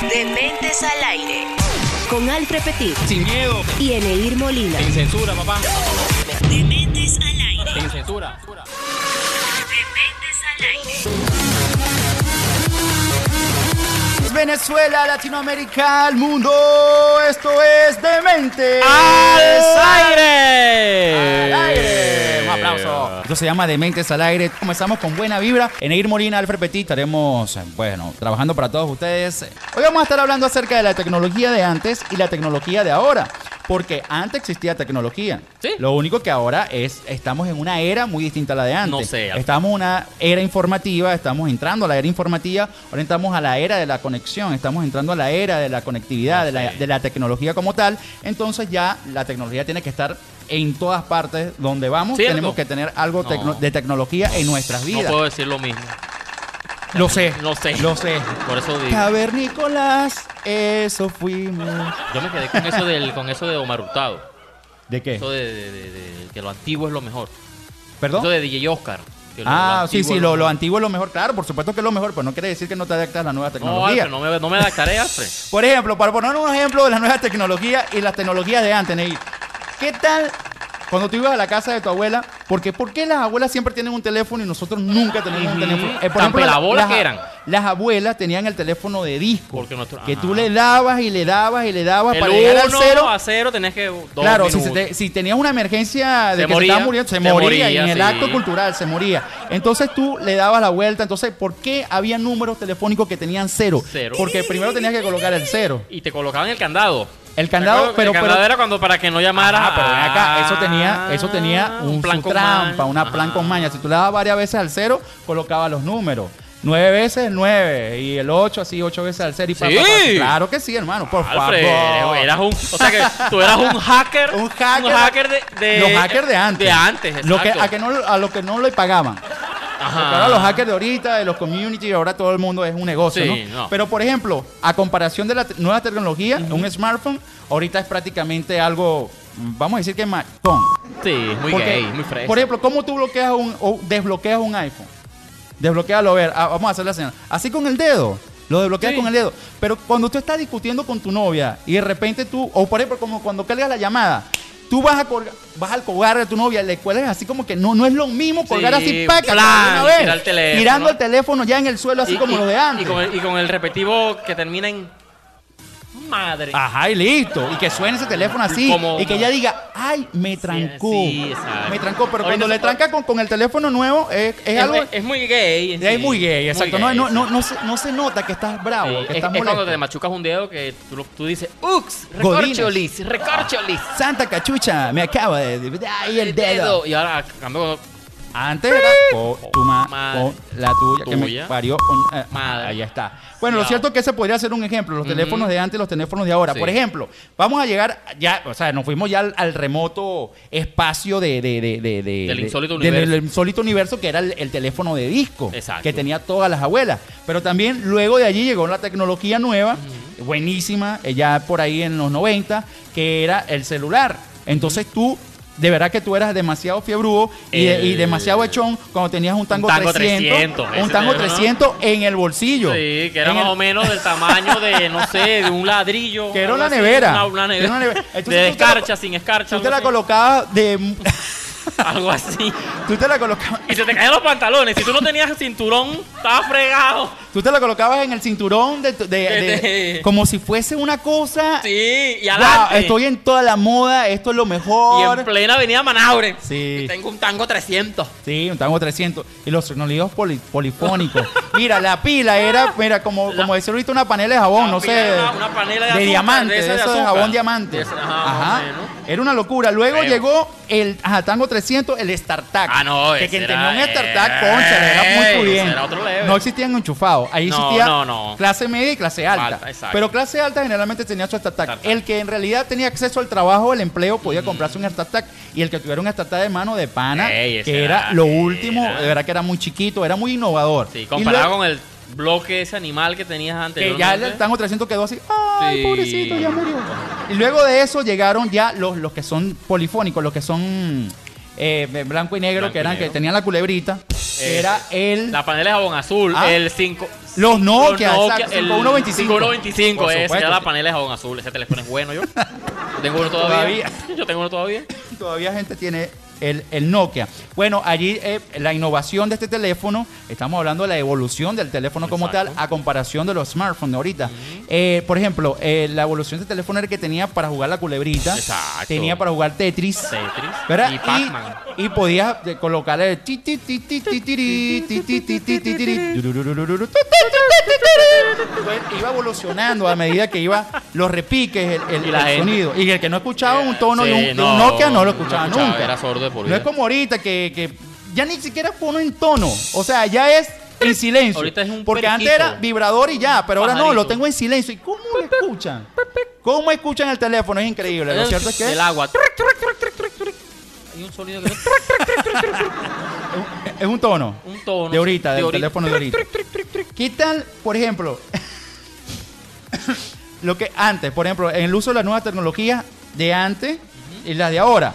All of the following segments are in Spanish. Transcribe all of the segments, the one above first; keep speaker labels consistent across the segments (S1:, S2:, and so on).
S1: Dementes al aire. Con Alfred Petit
S2: Sin miedo.
S1: y Eneir Molina.
S2: Sin censura, papá.
S1: Dementes al aire.
S2: Sin censura.
S1: Dementes al aire.
S3: Venezuela, Latinoamérica, el mundo. Esto es Demente.
S2: aire!
S3: Al aire. Un aplauso. Esto se llama Dementes al aire. Comenzamos con buena vibra. Eneir Molina, Alfred Petit, estaremos, bueno, trabajando para todos ustedes. Hoy vamos a estar hablando acerca de la tecnología de antes y la tecnología de ahora. Porque antes existía tecnología.
S2: Sí.
S3: Lo único que ahora es, estamos en una era muy distinta a la de antes.
S2: No sé, Alfred.
S3: Estamos en una era informativa, estamos entrando a la era informativa, ahora entramos a la era de la conexión, estamos entrando a la era de la conectividad, de, la,
S2: sé.
S3: de la tecnología como tal. Entonces ya la tecnología tiene que estar en todas partes donde vamos.
S2: ¿Cierto?
S3: Tenemos que tener algo tecno-
S2: No.
S3: de tecnología en nuestras
S2: No
S3: vidas.
S2: puedo decir lo mismo.
S3: lo sé.
S2: No sé.
S3: Lo sé.
S2: Por eso digo.
S3: Cavernícolas, eso fuimos.
S2: Yo me quedé con eso, del, con eso de Omar Hurtado.
S3: ¿De qué?
S2: Eso de, de- de- de- que lo antiguo es lo mejor.
S3: ¿Perdón?
S2: Eso de DJ Oscar. que lo-
S3: Ah,
S2: lo
S3: sí,
S2: antiguo
S3: sí,
S2: es
S3: lo, lo
S2: mejor.
S3: antiguo es lo mejor. Claro, por supuesto que es lo mejor, pero no quiere decir que no te adaptas a la nueva
S2: No,
S3: tecnología.
S2: Alfred, no me, no me das tarea, Alfred.
S3: Por ejemplo, para poner un ejemplo de las nuevas tecnologías y las tecnologías de antes, Ney, ¿qué tal cuando tú ibas a la casa de tu abuela? Porque ¿por qué las abuelas siempre tienen un teléfono y nosotros nunca tenemos un
S2: Ujú.
S3: teléfono?
S2: Tan pelabolas
S3: las-
S2: que eran.
S3: Las abuelas tenían el teléfono de disco.
S2: Porque nuestro-
S3: que tú
S2: ajá.
S3: le dabas y le dabas y le dabas
S2: El
S3: para llegar al
S2: 1
S3: cero.
S2: a 0 tenés que. dos
S3: Claro, si,
S2: minutos.
S3: se te- si tenías una emergencia de
S2: Se
S3: que
S2: moría,
S3: se estaba muriendo, se,
S2: se
S3: moría, y
S2: moría,
S3: en el
S2: sí.
S3: acto cultural se moría. Entonces tú le dabas la vuelta. Entonces, ¿por qué había números telefónicos que tenían cero?
S2: Cero.
S3: Porque primero tenías que colocar el cero.
S2: Y te colocaban el candado.
S3: El candado,
S2: Recuerdo que
S3: pero-
S2: El candado
S3: pero-
S2: era cuando para que no llamara. Ah,
S3: Ah, pero ven acá, eso tenía, eso tenía un, su
S2: plan con
S3: trampa,
S2: maña.
S3: una plan con maña. Si tú le dabas varias veces al cero, colocaba los números. Nueve veces, nueve. Y el ocho, así, ocho veces al cero. Y pa,
S2: Sí.
S3: pa, pa. Claro que sí, hermano, por
S2: Alfred,
S3: favor.
S2: eras un, o sea que tú eras un hacker,
S3: un hacker,
S2: de, de-
S3: los hackers de antes.
S2: de antes,
S3: Lo que,
S2: exacto.
S3: a, que no, a los que no le pagaban.
S2: Ajá.
S3: Porque ahora los hackers de ahorita, de los community, ahora todo el mundo es un negocio,
S2: Sí,
S3: ¿no?
S2: no.
S3: Pero, por ejemplo, a comparación de la te- nueva tecnología, un smartphone, ahorita es prácticamente algo, vamos a decir que matón.
S2: sí, muy
S3: Porque,
S2: gay, muy fresco.
S3: Por ejemplo, ¿cómo tú bloqueas un, o desbloqueas un iPhone? Desbloquealo, a ver, ah, vamos a hacer la señal. Así con el dedo. Lo desbloqueas
S2: Sí.
S3: con el dedo. Pero cuando tú estás discutiendo con tu novia y de repente tú, o por ejemplo, como cuando cargas la llamada, tú vas a colgar, vas al colgar de tu novia, le cuelgas así como que no, no es lo mismo colgar
S2: Sí,
S3: así paca,
S2: plan,
S3: de una vez,
S2: tirar el teléfono.
S3: tirando el teléfono ya en el suelo así
S2: Y-
S3: como
S2: y-
S3: lo de antes.
S2: Y con, el, y con el repetitivo que termina en madre.
S3: Ajá, y listo. Y que suene ese teléfono así.
S2: Como-
S3: Y que ella diga, ay, me trancó.
S2: sí, exacto.
S3: me trancó. Pero
S2: Ahorita
S3: cuando le
S2: se-
S3: tranca con, con el teléfono nuevo, es, es algo.
S2: es, es muy gay.
S3: es
S2: sí,
S3: muy gay, exacto. No-
S2: gay,
S3: no,
S2: sí.
S3: no, no, se, no se nota que estás
S2: Sí,
S3: bravo,
S2: es,
S3: que estás
S2: es cuando
S3: molesto.
S2: te machucas un dedo que tú, lo- tú dices, ¡Ux!
S3: Godines.
S2: ¡Recorcholis! ¡Recorcholis!
S3: Santa cachucha, me acaba de. de- ay, el dedo.
S2: Y ahora, cambio,
S3: Antes era con tu ma-
S2: Madre.
S3: con la tuya, que me
S2: Tuya.
S3: parió. con- eh,
S2: Madre.
S3: Ahí está. Bueno, lo
S2: Ya.
S3: cierto es que ese podría ser un ejemplo. Los teléfonos de antes y los teléfonos de ahora.
S2: Sí.
S3: Por ejemplo, vamos a llegar ya, o sea, nos fuimos ya al, al remoto espacio de, de- de- de- de-
S2: Del
S3: de-
S2: insólito
S3: del-
S2: universo.
S3: del insólito universo que era el, el teléfono de disco.
S2: Exacto.
S3: Que tenía todas las abuelas. Pero también luego de allí llegó la tecnología nueva, buenísima, eh, ya por ahí en los 90, que era el celular. Entonces tú. De verdad que tú eras demasiado fiebrudo y, de- y
S2: El-
S3: demasiado echón cuando tenías un tango,
S2: Un tango
S3: 300,
S2: 300,
S3: un
S2: ese
S3: tango
S2: teléfono.
S3: 300 en el bolsillo.
S2: Sí, que era
S3: En
S2: más
S3: el-
S2: o menos del tamaño de, no sé, de un ladrillo.
S3: Que era una
S2: algo así,
S3: nevera.
S2: Una, una
S3: Que era
S2: nevera.
S3: una nevera.
S2: de
S3: Entonces tú te la-
S2: escarcha, sin escarcha.
S3: Tú te la
S2: algo
S3: colocabas de
S2: así. Algo así.
S3: tú te la colocabas
S2: Y se te caían los pantalones. Si tú no tenías cinturón, estabas fregado.
S3: tú te la colocabas en el cinturón de, tu- de-
S2: De-
S3: de-
S2: de-
S3: como si fuese una cosa.
S2: Sí, y
S3: Wow,
S2: adelante.
S3: estoy en toda la moda, esto es lo
S2: Y en
S3: mejor.
S2: plena avenida Manaure.
S3: Sí.
S2: Y tengo un tango 300.
S3: Sí, un tango 300 y los sonidos poli- polifónicos. Mira, la pila era, mira, como, como decir ahorita una panela de jabón,
S2: La
S3: no sé,
S2: pila era una- una panela de azúcar,
S3: diamante,
S2: de esa de
S3: eso de
S2: azúcar.
S3: jabón diamante.
S2: De esa-
S3: ajá,
S2: ajá, bueno.
S3: era una locura. Luego
S2: Feo.
S3: llegó el ajá, tango 300, el StarTac.
S2: Ah, no,
S3: que
S2: ese
S3: quien
S2: era-
S3: tenía un StarTac,
S2: ey,
S3: concha, era
S2: ese
S3: muy pudiente.
S2: era otro level.
S3: No existían enchufados, ahí
S2: No,
S3: existía
S2: no, no.
S3: clase media y clase alta.
S2: Alta, exacto.
S3: Pero clase alta generalmente tenía su StarTac.
S2: StarTac.
S3: El que en realidad tenía acceso al trabajo, al empleo, podía comprarse un StarTac y el que tuviera un StarTac de mano de pana pana,
S2: Ey, ese
S3: que era
S2: era-
S3: lo último,
S2: era-
S3: de verdad que era muy chiquito, era muy innovador.
S2: Sí,
S3: Y
S2: comparado
S3: luego,
S2: con el bloque ese animal que tenías antes.
S3: que ya el Tango 300 quedó así, ay,
S2: Sí.
S3: pobrecito, ya murió. Y luego de eso llegaron ya los, los que son polifónicos, los que son eh, blanco y negro,
S2: Blanco
S3: que
S2: y
S3: eran que
S2: negro. Eh,
S3: tenían la culebrita. que era el...
S2: La panela de jabón azul,
S3: Ah.
S2: el 5.
S3: Los Nokia, exacto, 5125.
S2: 5125,
S3: Por
S2: esa
S3: supuesto.
S2: era la panela de jabón azul. Ese teléfono es bueno, yo. Yo tengo uno todavía. Yo tengo uno todavía.
S3: Todavía gente tiene el, el Nokia. Bueno, allí eh, la innovación de este teléfono, estamos hablando de la evolución del teléfono como
S2: Exacto.
S3: tal a comparación de los smartphones de ahorita. Eh, por ejemplo, eh, la evolución de este teléfono era el que tenía para jugar la culebrita,
S2: Exacto.
S3: tenía para jugar Tetris.
S2: Tetris
S3: ¿verdad?
S2: y
S3: Y,
S2: Pac-Man.
S3: y podías eh, colocarle ti, ti, ti, ti, ti, tiri, ti, ti, ti, ti, ti, tiri, dururururu, tu, tu, tu, tu, tu, tu. Bueno, iba evolucionando a medida que iba los repiques, el, el-
S2: Y
S3: el
S2: la gente. Eh,
S3: sonido. Y el que no escuchaba un tono
S2: Sí,
S3: y un, y un
S2: no,
S3: Nokia no
S2: no
S3: lo escuchaba,
S2: escuchaba,
S3: nunca.
S2: era sordo de por
S3: No
S2: vida.
S3: es como ahorita que, que ya ni siquiera pone en tono. O sea, ya es en silencio.
S2: Ahorita es un
S3: Porque antes
S2: periquito.
S3: era vibrador y ya, pero ahora no,
S2: Pajarito.
S3: lo tengo en silencio. ¿Y cómo lo escuchan? ¿Cómo escuchan el teléfono? Es increíble. Lo cierto es que
S2: El agua. Truc, truc, truc, truc, truc, truc. Hay un sonido que.
S3: es un tono.
S2: Un tono.
S3: De ahorita, del
S2: ahorita.
S3: teléfono de ahorita. ¿Qué tal, por ejemplo, lo que antes, por ejemplo, en el uso de las nuevas tecnologías de antes y las de ahora?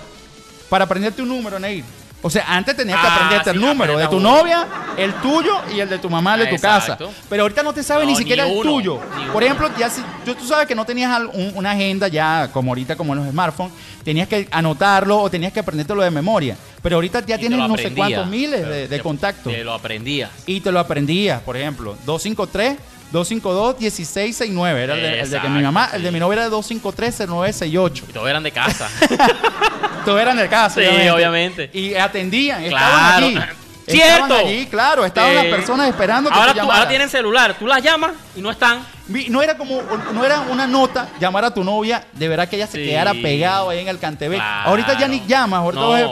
S3: Para aprenderte un número, Neil. O sea, antes tenías que
S2: Ah,
S3: aprenderte el
S2: sí,
S3: número de tu
S2: aprenda uno. Ah,
S3: novia, el tuyo y el de tu mamá, el de tu casa.
S2: Exacto.
S3: Pero ahorita no te sabes
S2: No,
S3: ni siquiera
S2: ni
S3: el
S2: uno,
S3: tuyo.
S2: ni
S3: Por
S2: uno.
S3: ejemplo, ya si, yo, tú sabes que no tenías al- un- una agenda ya como ahorita, como en los smartphones. Tenías que anotarlo o tenías que aprendértelo de memoria. Pero ahorita ya
S2: Y te
S3: tienes
S2: lo
S3: no sé
S2: aprendía.
S3: cuántos miles de,
S2: Pero
S3: de
S2: te-
S3: contactos
S2: Te lo aprendías.
S3: y te lo aprendías, por ejemplo, 253 252 1669 era el de, el de que mi mamá,
S2: Exacto,
S3: el de
S2: sí.
S3: mi novia era 253 0968.
S2: Y todos eran de casa.
S3: Todos eran del caso,
S2: Sí, obviamente.
S3: Y atendían, estaban
S2: Claro.
S3: allí.
S2: ¡Cierto!
S3: Estaban allí, claro, estaban
S2: Sí.
S3: las personas esperando que
S2: Eh, ahora,
S3: tú
S2: tú,
S3: llamaras.
S2: ahora tienen celular. Tú las llamas y no están.
S3: Vi- No era como, no era una nota llamar a tu novia, de verdad que ella se
S2: Sí.
S3: quedara pegada ahí en el cantebé.
S2: Claro.
S3: Ahorita ya ni llamas, ahorita
S2: No.
S3: es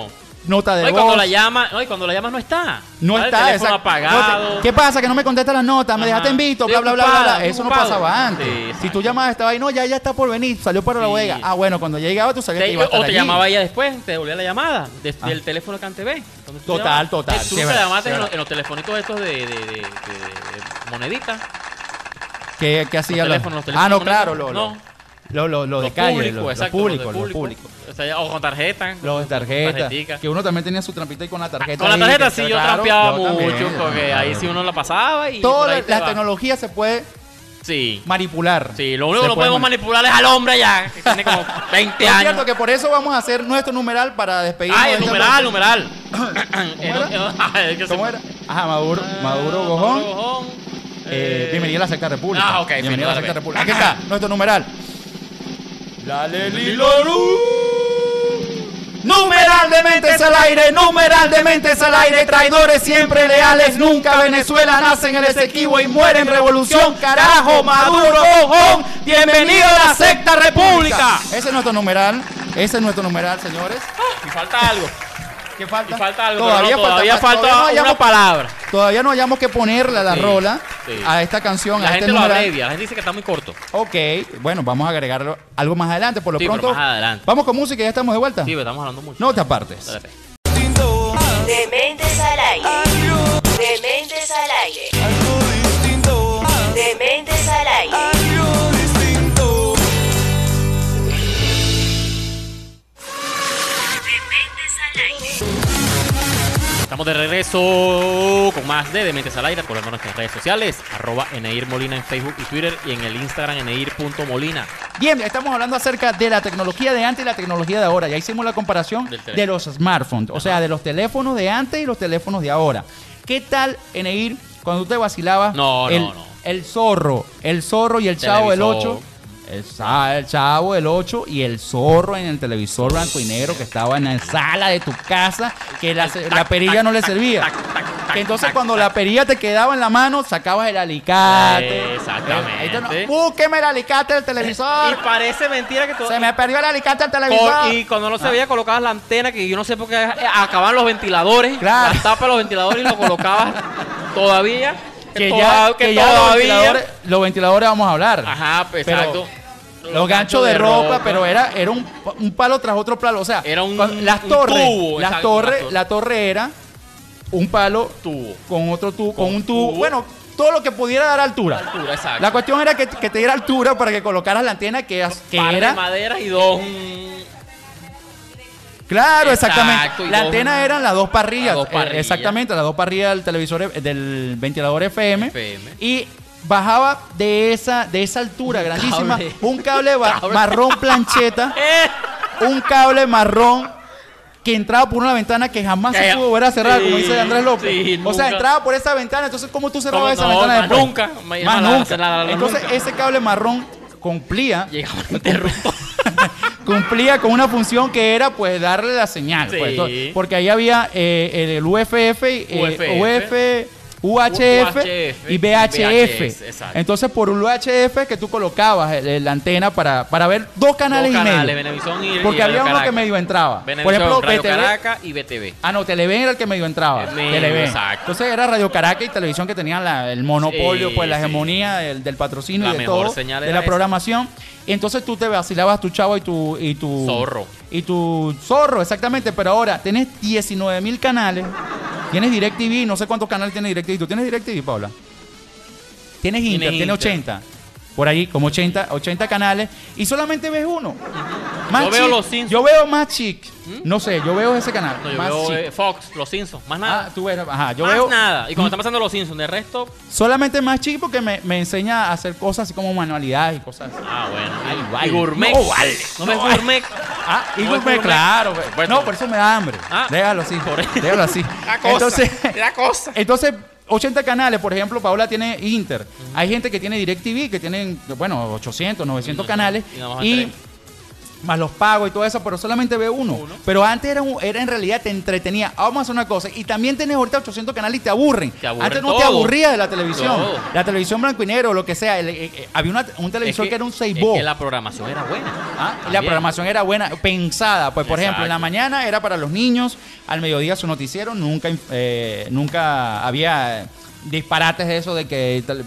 S3: nota de
S2: Oye,
S3: voz.
S2: cuando la llama, oye, cuando la llamas no está.
S3: No
S2: Ahora
S3: está,
S2: el teléfono
S3: exacto.
S2: apagado.
S3: Entonces, ¿Qué pasa? Que no me contesta la nota, me
S2: Ajá.
S3: dejaste en visto, bla, bla,
S2: Estoy
S3: bla, bla,
S2: ocupado,
S3: bla.
S2: estoy
S3: Eso no
S2: ocupado.
S3: pasaba antes.
S2: Sí, exacto.
S3: si tú llamabas, estaba ahí, no, ya, ya está por venir, salió para la
S2: Sí.
S3: bodega. Ah, bueno, cuando llegaba tú sabías
S2: Te-
S3: que iba a estar
S2: o te
S3: allí.
S2: llamaba ella después, te devolvía la llamada desde
S3: Ah.
S2: el teléfono que antes ves. Donde tú
S3: Total,
S2: llamabas.
S3: total,
S2: Eh,
S3: sí,
S2: Tú nunca
S3: verdad,
S2: llamabas
S3: sí,
S2: en,
S3: verdad.
S2: los, en los telefonitos estos de, de, de, de- de moneditas.
S3: ¿Qué, qué hacía?
S2: Los
S3: la-
S2: teléfonos, los
S3: Ah, no,
S2: teléfonos
S3: claro, lo, lo,
S2: no. No.
S3: lo, lo- lo de calle, lo- lo
S2: exacto,
S3: público,
S2: los de
S3: lo público.
S2: O, sea, o con tarjeta.
S3: Los de tarjeta.
S2: tarjetica. Ah,
S3: Que uno también tenía su trampita y con la tarjeta.
S2: Con la
S3: ahí,
S2: tarjeta
S3: que-
S2: sí yo
S3: claro,
S2: trampeaba
S3: yo también,
S2: mucho
S3: yo
S2: porque
S3: también.
S2: ahí sí uno la pasaba y por
S3: Toda
S2: ahí
S3: la,
S2: te
S3: la
S2: va.
S3: tecnología se puede
S2: Sí.
S3: manipular.
S2: Sí, lo único
S3: Se
S2: que no
S3: puede
S2: podemos
S3: mani-
S2: manipular es al hombre ya, que tiene como 20
S3: Por cierto
S2: años.
S3: que por eso vamos a hacer nuestro numeral para despedirnos.
S2: Ay,
S3: de
S2: Ah, el
S3: esta
S2: numeral, numeral.
S3: ¿Cómo ¿Cómo era? Ajá, Maduro, Maduro
S2: Gojón.
S3: Gojón. Eh, bienvenido a la Sexta República.
S2: Ah, ok,
S3: Bienvenido a la
S2: fino,
S3: Sexta
S2: dale.
S3: República. Aquí está, nuestro numeral. La Lelilorú. Numeral de mentes al aire, numeral de mentes al aire, traidores siempre leales, nunca Venezuela nace en el Esequibo y muere en revolución, carajo, Maduro, Gojón, bienvenido a la Sexta República. Ese es nuestro numeral, ese es nuestro numeral, señores.
S2: Y falta algo.
S3: ¿Qué falta?
S2: Y falta algo. Todavía, todavía falta,
S3: todavía no hayamos
S2: una palabra.
S3: Todavía no hayamos que ponerle la
S2: Sí,
S3: rola
S2: sí.
S3: a esta canción,
S2: La
S3: a
S2: gente
S3: este
S2: lo
S3: numeral.
S2: abrevia. La gente dice que está muy corto.
S3: Ok, bueno, vamos a agregarlo algo más adelante. Por lo
S2: Sí, pero
S3: pronto,
S2: más adelante.
S3: vamos con música y ya estamos de vuelta.
S2: Sí, pero estamos hablando mucho.
S3: no te apartes.
S2: Dale, fe.
S1: Dementes al aire. Dementes al aire. Dementes al aire. Dementes al aire.
S2: Estamos de regreso con más de Dementes al Aire. Recordando nuestras redes sociales. Arroba Eneir Molina en Facebook y Twitter. Y en el Instagram Eneir.molina.
S3: Bien, estamos hablando acerca de la tecnología de antes y la tecnología de ahora. Ya hicimos la comparación
S2: Del teléfono.
S3: de los smartphones, o sea, de los teléfonos de antes y los teléfonos de ahora. ¿Qué tal, Eneir, cuando tú te vacilabas?
S2: No, no,
S3: el,
S2: no.
S3: El zorro, el zorro y el chavo del
S2: Televisor.
S3: 8. El, sa- el chavo del 8 y el zorro en el televisor blanco y negro que estaba en la sala de tu casa, que la,
S2: El
S3: la
S2: tac,
S3: perilla
S2: tac,
S3: no le
S2: tac,
S3: servía.
S2: tac, tac, tac,
S3: que entonces
S2: tac,
S3: cuando
S2: tac.
S3: la perilla te quedaba en la mano, sacabas el alicate.
S2: Eh, Exactamente.
S3: Ahí te- no, Búsqueme el alicate del televisor.
S2: Y parece mentira que todo.
S3: Se me Ah. perdió el alicate al
S2: Col-
S3: televisor.
S2: y cuando no se veía colocabas la antena que yo no sé por qué eh, acababan los ventiladores
S3: Claro.
S2: la tapa de los ventiladores y lo colocabas todavía
S3: que
S2: toda-
S3: ya,
S2: que
S3: que ya los,
S2: todavía
S3: ventiladores, los ventiladores vamos a hablar.
S2: ajá pues,
S3: Pero
S2: exacto
S3: Los ganchos de ropa, pero era, era un, pa- un palo tras otro palo. O sea,
S2: Era un-
S3: cuando- las
S2: un
S3: torres.
S2: tubo,
S3: las
S2: exacto,
S3: torres,
S2: una torre.
S3: la torre era un palo
S2: tubo
S3: con otro tubo, con,
S2: Con
S3: un tubo.
S2: tubo.
S3: Bueno, todo lo que pudiera dar altura.
S2: altura exacto
S3: La cuestión era que, que te diera altura para que colocaras la antena que, as- que
S2: Par de
S3: era.
S2: maderas y dos
S3: Claro, exactamente.
S4: Exacto, y
S3: la
S4: dos-
S3: antena eran las dos parrillas.
S4: Las dos
S3: eh,
S4: parrillas.
S3: Exactamente, las dos parrillas del televisor eh, del ventilador FM.
S4: FM.
S3: Y bajaba de esa, de esa altura grandísima
S4: cable.
S3: un cable ba-
S4: Cable.
S3: marrón plancheta.
S2: Eh.
S3: un cable marrón que entraba por una ventana que jamás
S2: Que-
S3: se pudo volver a cerrar, como
S2: sí,
S3: dice Andrés López.
S2: sí,
S3: o sea,
S2: nunca.
S3: entraba por esa ventana, entonces ¿cómo tú cerrabas
S2: ¿Cómo?
S3: esa
S2: No,
S3: ventana
S2: más
S3: después?
S2: nunca, más-
S3: Más
S2: más la-
S3: nunca.
S2: la- la- la-
S3: entonces
S2: nunca.
S3: ese cable marrón cumplía
S4: Llegaba un interruptor.
S3: cumplía con una función que era pues darle la señal.
S2: Sí.
S3: pues, entonces, porque ahí había eh, el UFF, eh, UF, UHF
S4: UHF
S3: y
S4: y
S3: VHF.
S4: VHS, exacto.
S3: Entonces por un UHF que tú colocabas eh, la antena para, para ver dos canales,
S2: Dos
S3: y
S2: canales,
S3: medio.
S2: Venevisión y- y
S3: porque
S2: Radio
S3: había uno que
S2: Caracas.
S3: medio entraba.
S2: Venevisión,
S3: por
S2: Radio
S3: ejemplo, BTV.
S2: Caracas y BTV.
S3: Ah, no, Televen era el que medio entraba.
S2: El medio,
S3: Televen.
S2: exacto.
S3: Entonces era Radio Caracas y Televisión que tenían la- el monopolio,
S2: Sí,
S3: pues la
S2: sí.
S3: hegemonía del, del patrocinio
S2: La
S3: y de
S2: mejor
S3: todo,
S2: señal
S3: de
S2: era
S3: la
S2: esa.
S3: programación. Y entonces tú te vacilabas tu chavo y tu... Y tu
S2: Zorro.
S3: Y tu zorro, exactamente. Pero ahora tienes 19 mil canales. Tienes DirecTV, no sé cuántos canales tiene DirecTV. ¿Tú tienes DirecTV, Paula? Tienes Inter, tiene
S2: Inter.
S3: 80. Por ahí, como 80, 80 canales. Y solamente ves uno. Más
S2: Yo veo
S3: chic.
S2: los Simpsons.
S3: Yo veo más chic. No sé, yo veo ese canal.
S2: ¿Mm? No, yo
S3: más
S2: veo
S3: chic.
S2: eh, Fox, Los Simpsons, más
S3: Ah,
S2: nada.
S3: tú ves, ajá, yo
S2: más
S3: veo
S2: nada. Y cuando están pasando Los Simpsons, de resto.
S3: solamente más chic porque me, me enseña a hacer cosas así como manualidades y cosas así.
S2: Ah, bueno. Y-
S3: vale.
S2: Y Gourmet.
S3: No, vale.
S2: No
S3: No,
S2: ves
S3: vale.
S2: Gourmet.
S3: Ah, y
S2: No,
S3: gourmet,
S2: es gourmet.
S3: claro.
S2: Por supuesto.
S3: No, por eso me da hambre.
S2: Ah.
S3: déjalo así.
S2: Por eso.
S3: Déjalo así.
S4: La cosa, la cosa.
S3: Entonces, 80 canales, por ejemplo, Paola tiene Inter. Hay gente que tiene DirecTV, que tienen, bueno, 800, 900
S2: Y-
S3: canales.
S2: y nada más
S3: Y
S2: tres.
S3: más los pagos y todo eso, pero solamente ve uno. Pero antes era, un- era en realidad te entretenía. Ah, Vamos a hacer una cosa. Y también tenés ahorita 800 canales y te aburren.
S2: Te aburre
S3: antes no te
S2: todo.
S3: aburría de la televisión.
S2: Todo.
S3: La televisión blanco y negro, lo que sea. El- eh, eh, había una- un televisor que, era un 6
S2: es que la programación era buena.
S3: Ah, y la
S2: También.
S3: programación era buena, pensada. Pues, por ejemplo, en la
S2: Exacto.
S3: mañana era para los niños, al mediodía su noticiero, nunca, eh, nunca había disparates de eso de que tal-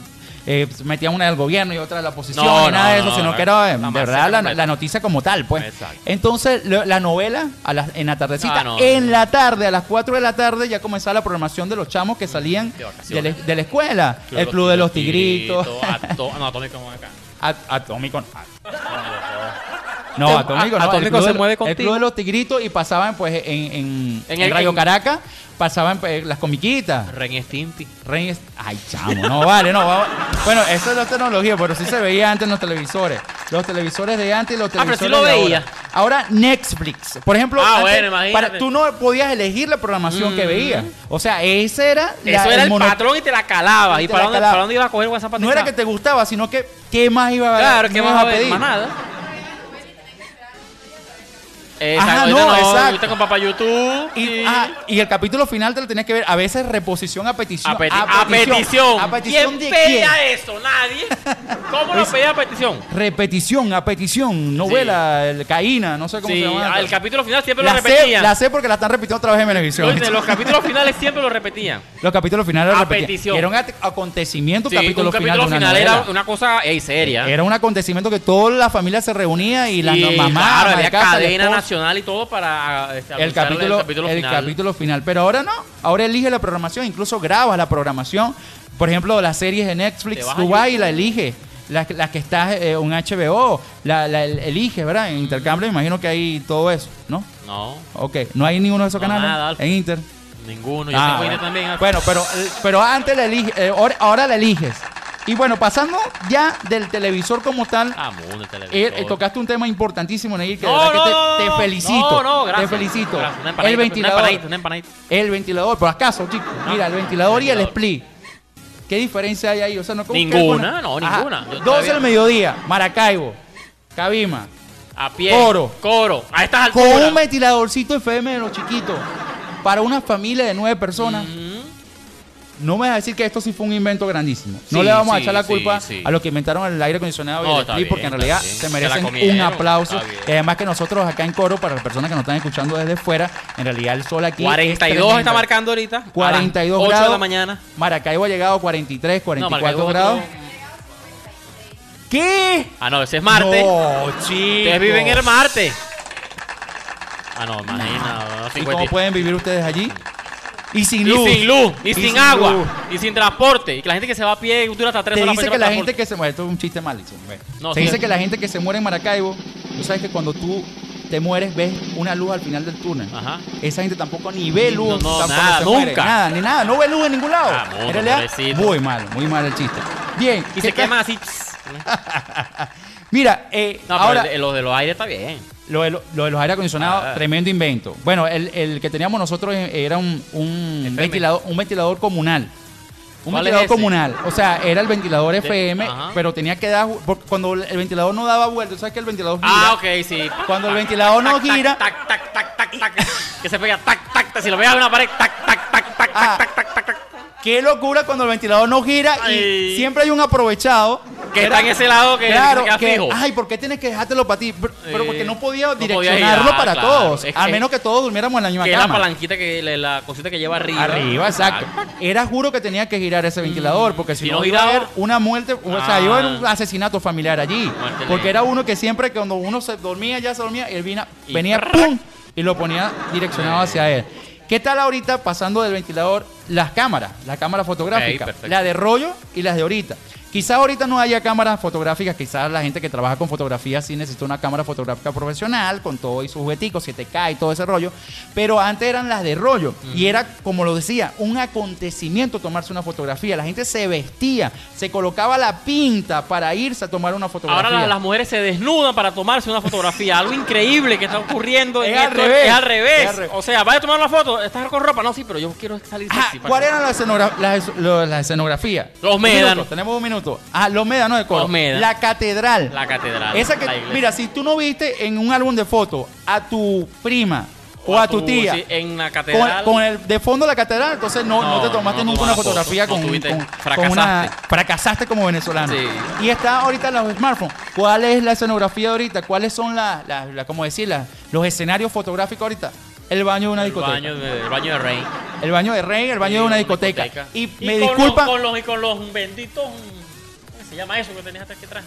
S3: eh, metían una del gobierno y otra de la oposición,
S2: No,
S3: ni nada
S2: no,
S3: de eso,
S2: no,
S3: sino
S2: no,
S3: que era eh,
S2: la
S3: de
S2: masacre
S3: verdad la,
S2: completa.
S3: la noticia como tal. pues
S2: Exacto.
S3: Entonces, lo- la novela a las- en la tardecita,
S2: Ah, no,
S3: en
S2: no.
S3: la tarde, a las 4 de la tarde, ya comenzaba la programación de los chamos que salían
S2: De
S3: de,
S2: vacaciones.
S3: la, de la escuela. El Club de los Tigritos.
S2: Ato- Anatómico como acá.
S3: At- Atómico. no. No,
S4: Te-
S3: Atómico
S4: a-
S3: no. El
S4: Atómico
S3: Club
S4: se
S3: de-
S4: mueve
S3: El
S4: contigo.
S3: Club de los Tigritos y pasaban pues en, en,
S2: En
S3: en
S2: el-
S3: Radio
S2: en-
S3: Caracas, pasaban pues, las comiquitas.
S2: Ren y Stimpy.
S3: Reyes. Ay, chamo, no vale, no. vamos- Bueno, eso es la tecnología, pero sí se veía antes en los televisores. Los televisores de antes y los
S2: Ah, pero
S3: televisores
S2: sí lo
S3: de
S2: veía.
S3: Ahora. Ahora Netflix. Por ejemplo,
S2: Ah,
S3: antes,
S2: bueno, imagínate. Mm.
S3: para- tú no podías elegir la programación que veías. O sea, ese era la-
S2: Eso era el,
S3: mono-
S2: patrón y te la calabas.
S3: Y
S2: ¿Y,
S3: te
S2: para,
S3: la
S2: dónde,
S3: calaba.
S2: para dónde ibas a coger WhatsApp para
S3: No era que te gustaba, sino que qué más iba a
S2: Claro,
S3: no
S2: ¿qué
S3: ibas
S2: vas a pedir? Más nada. Exacto,
S3: Ajá,
S2: ahorita
S3: no,
S2: no,
S3: exacto.
S2: ahorita con papá YouTube.
S3: Y, ah, y el capítulo final te lo tenías que ver. A veces reposición a petición.
S2: A, peti- a petición.
S3: A petición de
S2: ¿Quién
S3: quién. Pues
S2: pedía eso? Nadie. ¿Cómo lo
S3: Luis-
S2: pedía a petición?
S3: Repetición, a petición. Novela, el Caína, no sé cómo
S2: Sí,
S3: se llama.
S2: ah, el capítulo final siempre lo
S3: la, sé,
S2: repetían.
S3: la sé porque la están repitiendo otra vez en Venevisión.
S2: Oye, los capítulos finales siempre lo repetían.
S3: Los capítulos finales
S2: A
S3: los repetían.
S2: petición.
S3: Era un at- acontecimiento,
S2: Sí,
S3: capítulo
S2: un capítulo
S3: final, de una
S2: final era
S3: novela.
S2: una cosa ey, seria.
S3: Era un acontecimiento que toda la familia se reunía y las
S2: Y,
S3: mamás, ama
S2: claro,
S3: de
S2: había
S3: casa, la
S2: cadena
S3: esposa.
S2: nacional y todo para este,
S3: el
S2: anunciarle
S3: capítulo,
S2: el capítulo
S3: el
S2: final.
S3: capítulo final. Pero ahora no. Ahora elige la programación, incluso grabas la programación. por ejemplo, las series de
S2: Te
S3: Netflix,
S2: vas a
S3: tú vas y la eliges. Las las que estás en un HBO, la, la el- eliges, ¿verdad? En intercambio, me imagino que hay todo eso, ¿no?
S2: No,
S3: Ok, no hay ninguno de esos
S2: No,
S3: canales
S2: nada, Alfa.
S3: en Inter.
S2: ninguno. Yo
S3: Ah,
S2: tengo
S3: bueno.
S2: Inter también. ah.
S3: Bueno, pero, eh, pero antes la elige, eh, ahora, ahora la eliges. Y bueno, pasando ya del televisor como tal,
S2: Ah, mundo, el
S3: eh,
S2: televisor.
S3: eh, tocaste un tema importantísimo, Neil, que, de
S2: No,
S3: verdad que
S2: no,
S3: te, te
S2: no, no.
S3: felicito.
S2: No, no, gracias.
S3: Te felicito.
S2: Gracias. Una empanadita,
S3: El ventilador.
S2: Una empanadita, una empanadita.
S3: El ventilador, por acaso, chicos.
S2: No.
S3: Mira, el ventilador y el
S2: Ventilador.
S3: split. ¿Qué diferencia hay ahí? O sea, no como que-
S2: Ninguna, no, ninguna. Yo
S3: 12
S2: todavía-
S3: del mediodía, Maracaibo, Cabima.
S2: A pie.
S3: Coro.
S2: Coro. A estas
S3: Con
S2: alturas.
S3: un ventiladorcito FM de los chiquitos. Para una familia de nueve personas.
S2: Mm.
S3: No me vas a decir que esto sí fue un invento grandísimo. No
S2: Sí,
S3: le vamos a
S2: sí,
S3: echar la
S2: sí,
S3: culpa
S2: sí.
S3: a los que inventaron el aire acondicionado y
S2: No,
S3: el
S2: está
S3: split,
S2: bien,
S3: porque en
S2: está
S3: realidad
S2: bien.
S3: se
S2: Se la
S3: merecen un
S2: comieron,
S3: aplauso.
S2: está bien.
S3: Y además que nosotros acá en Coro, para las personas que nos están escuchando desde fuera, en realidad el sol aquí. es
S2: 42 está
S3: tremendo.
S2: marcando ahorita. a las
S3: 42
S2: 8
S3: grados.
S2: de la mañana.
S3: Maracaibo ha llegado a 43, 44
S2: Maracaibo
S3: grados.
S2: otro-
S3: ¿Qué?
S2: Ah, no, ese es Marte.
S3: No, chicos.
S2: Ustedes viven en el Marte. Ah, no, imagina. no,
S3: ¿Y cómo
S2: 50.
S3: pueden vivir ustedes allí? Y sin
S2: Y
S3: luz.
S2: sin luz, y, sin, agua,
S3: luz.
S2: y sin transporte. Y que la gente que se va a pie dura hasta tres
S3: Te
S2: horas
S3: dice
S2: para
S3: que la
S2: ir
S3: gente
S2: al transporte.
S3: que se muere, esto es un chiste malísimo. ve.
S2: No,
S3: se
S2: sí.
S3: dice que la gente que se muere en Maracaibo, tú sabes que cuando tú te mueres, ves una luz al final del túnel.
S2: Ajá.
S3: Esa gente tampoco ni ve
S2: No,
S3: luz.
S2: no,
S3: tampoco
S2: nada,
S3: se muere,
S2: nunca.
S3: Nada, ni nada. No ve luz en ningún lado.
S2: Ah, mundo,
S3: en realidad,
S2: pobrecito.
S3: muy mal, muy mal el chiste. Bien.
S2: Y
S3: ¿qué
S2: se
S3: ca-
S2: quema así.
S3: Mira, eh,
S2: No,
S3: ahora...
S2: pero el de- lo de los aires está bien.
S3: Lo de, lo- lo de los aire acondicionados,
S2: Ah.
S3: tremendo invento. Bueno, el, el que teníamos nosotros era un, un,
S2: FM.
S3: ventilador, un ventilador comunal. Un
S2: ¿Cuál es
S3: ventilador
S2: ese?
S3: comunal. O sea, era el ventilador FM,
S2: ajá.
S3: pero tenía que dar. porque cuando el ventilador no daba vuelta, ¿sabes que el ventilador gira?
S2: Ah, ok, sí.
S3: Cuando el ventilador no gira.
S2: Tac, tac, tac, tac, tac. Que se pega tac, tac, tac. Si lo pegas en una pared, tac, tac, tac, tac,
S3: Ah.
S2: tac, tac, tac, tac.
S3: Qué locura cuando el ventilador no gira y
S2: Ay.
S3: siempre hay un aprovechado.
S2: Que está en ese lado que
S3: Claro,
S2: se queda
S3: que,
S2: fijo.
S3: ay, ¿por qué tienes que dejártelo para ti? Pero, pero
S2: Eh,
S3: porque no podía
S2: no podía
S3: direccionarlo
S2: girar,
S3: para
S2: claro.
S3: todos.
S2: Es
S3: al
S2: que-
S3: menos que todos durmiéramos en la misma
S2: que es la
S3: cama.
S2: palanquita que le- la cosita que lleva arriba.
S3: Arriba, exacto. Era juro que tenía que girar ese ventilador, porque si,
S2: si
S3: no,
S2: no
S3: iba a haber
S2: giraba-
S3: una muerte, o sea,
S2: Ah.
S3: iba a haber un asesinato familiar allí.
S2: Muerte
S3: Porque
S2: lenta.
S3: era uno que siempre que cuando uno se dormía, ya se dormía, él vina-
S2: Y Eh.
S3: venía ¡pum! y lo ponía direccionado hacia él. ¿Qué tal ahorita pasando del ventilador las cámaras, las cámaras fotográficas,
S2: Ok, perfecto.
S3: la de rollo y las de ahorita? Quizás ahorita no haya cámaras fotográficas, quizás la gente que trabaja con fotografía sí necesita una cámara fotográfica profesional con todo y sus jugueticos, 7K y todo ese rollo, pero antes eran las de rollo y era, como lo decía, un acontecimiento tomarse una fotografía. La gente se vestía, se colocaba la pinta para irse a tomar una fotografía.
S2: Ahora la- las mujeres se desnudan para tomarse una fotografía. Algo increíble que está ocurriendo. en
S3: Es al
S2: esto.
S3: revés.
S2: Es al revés.
S3: Es al revés.
S2: O sea, vaya a tomar una foto. Estás con ropa. No, sí, pero yo quiero salir
S3: Ah,
S2: sexy. para
S3: ¿Cuál
S2: que-
S3: era la, escenogra- la es- lo- la escenografía?
S2: Los
S3: Un
S2: médanos.
S3: minuto, tenemos un minuto. Ah, los médanos de Coro.
S2: Los médanos.
S3: La catedral.
S2: La catedral.
S3: Esa que,
S2: la iglesia.
S3: mira, si tú no viste en un álbum de fotos a tu prima o a, tu, tía
S2: sí, en la
S3: con,
S2: catedral.
S3: con el de fondo de la catedral, entonces no, no
S2: No,
S3: te tomaste
S2: no
S3: nunca una
S2: tomaste foto,
S3: fotografía
S2: no
S3: con,
S2: tuviste-
S3: con- con
S2: fracasaste.
S3: una... Fracasaste como venezolano.
S2: Sí.
S3: Y está ahorita los smartphones. ¿Cuál es la escenografía ahorita? ¿Cuáles son las, las- las- cómo decir, las- los escenarios fotográficos ahorita? El baño de una
S2: el
S3: discoteca.
S2: baño de, el baño de Rey.
S3: El baño de Rey, el baño de una discoteca. Y me
S2: con
S3: disculpa.
S2: Los, con los, y con los benditos. mm, ¿Cómo se llama eso que tenías hasta aquí atrás?